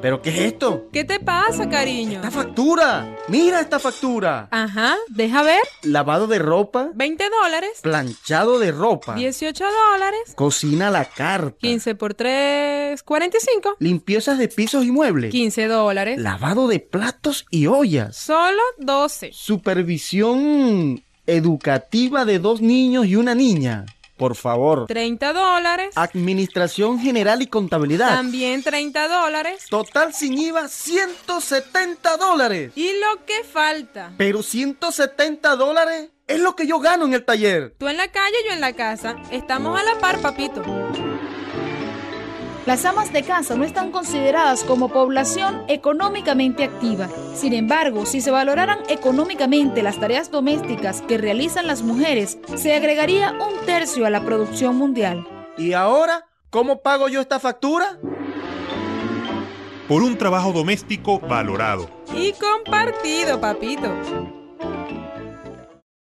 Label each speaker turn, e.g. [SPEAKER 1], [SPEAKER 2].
[SPEAKER 1] ¿Pero qué es esto?
[SPEAKER 2] ¿Qué te pasa, cariño?
[SPEAKER 1] ¡Esta factura! ¡Mira esta factura!
[SPEAKER 2] Ajá, deja ver.
[SPEAKER 1] Lavado de ropa,
[SPEAKER 2] 20 dólares,
[SPEAKER 1] planchado de ropa,
[SPEAKER 2] 18 dólares,
[SPEAKER 1] cocina a la carta,
[SPEAKER 2] 15 por 3, 45.
[SPEAKER 1] limpiezas de pisos y muebles,
[SPEAKER 2] 15 dólares,
[SPEAKER 1] lavado de platos y ollas,
[SPEAKER 2] solo 12.
[SPEAKER 1] supervisión educativa de dos niños y una niña. Por favor.
[SPEAKER 2] 30 dólares,
[SPEAKER 1] Ah. Administración General y Contabilidad.
[SPEAKER 2] también 30 dólares.
[SPEAKER 1] Total sin IVA, 170 dólares.
[SPEAKER 2] Y lo que falta.
[SPEAKER 1] Pero 170 dólares es lo que yo gano en el taller.
[SPEAKER 2] Tú en la calle, yo en la casa. Estamos a la par, papito.
[SPEAKER 3] Las amas de casa no están consideradas como población económicamente activa. Sin embargo, si se valoraran económicamente las tareas domésticas que realizan las mujeres, se agregaría un tercio a la producción mundial.
[SPEAKER 1] ¿Y ahora cómo pago yo esta factura?
[SPEAKER 4] por un trabajo doméstico valorado.
[SPEAKER 2] Y compartido, papito.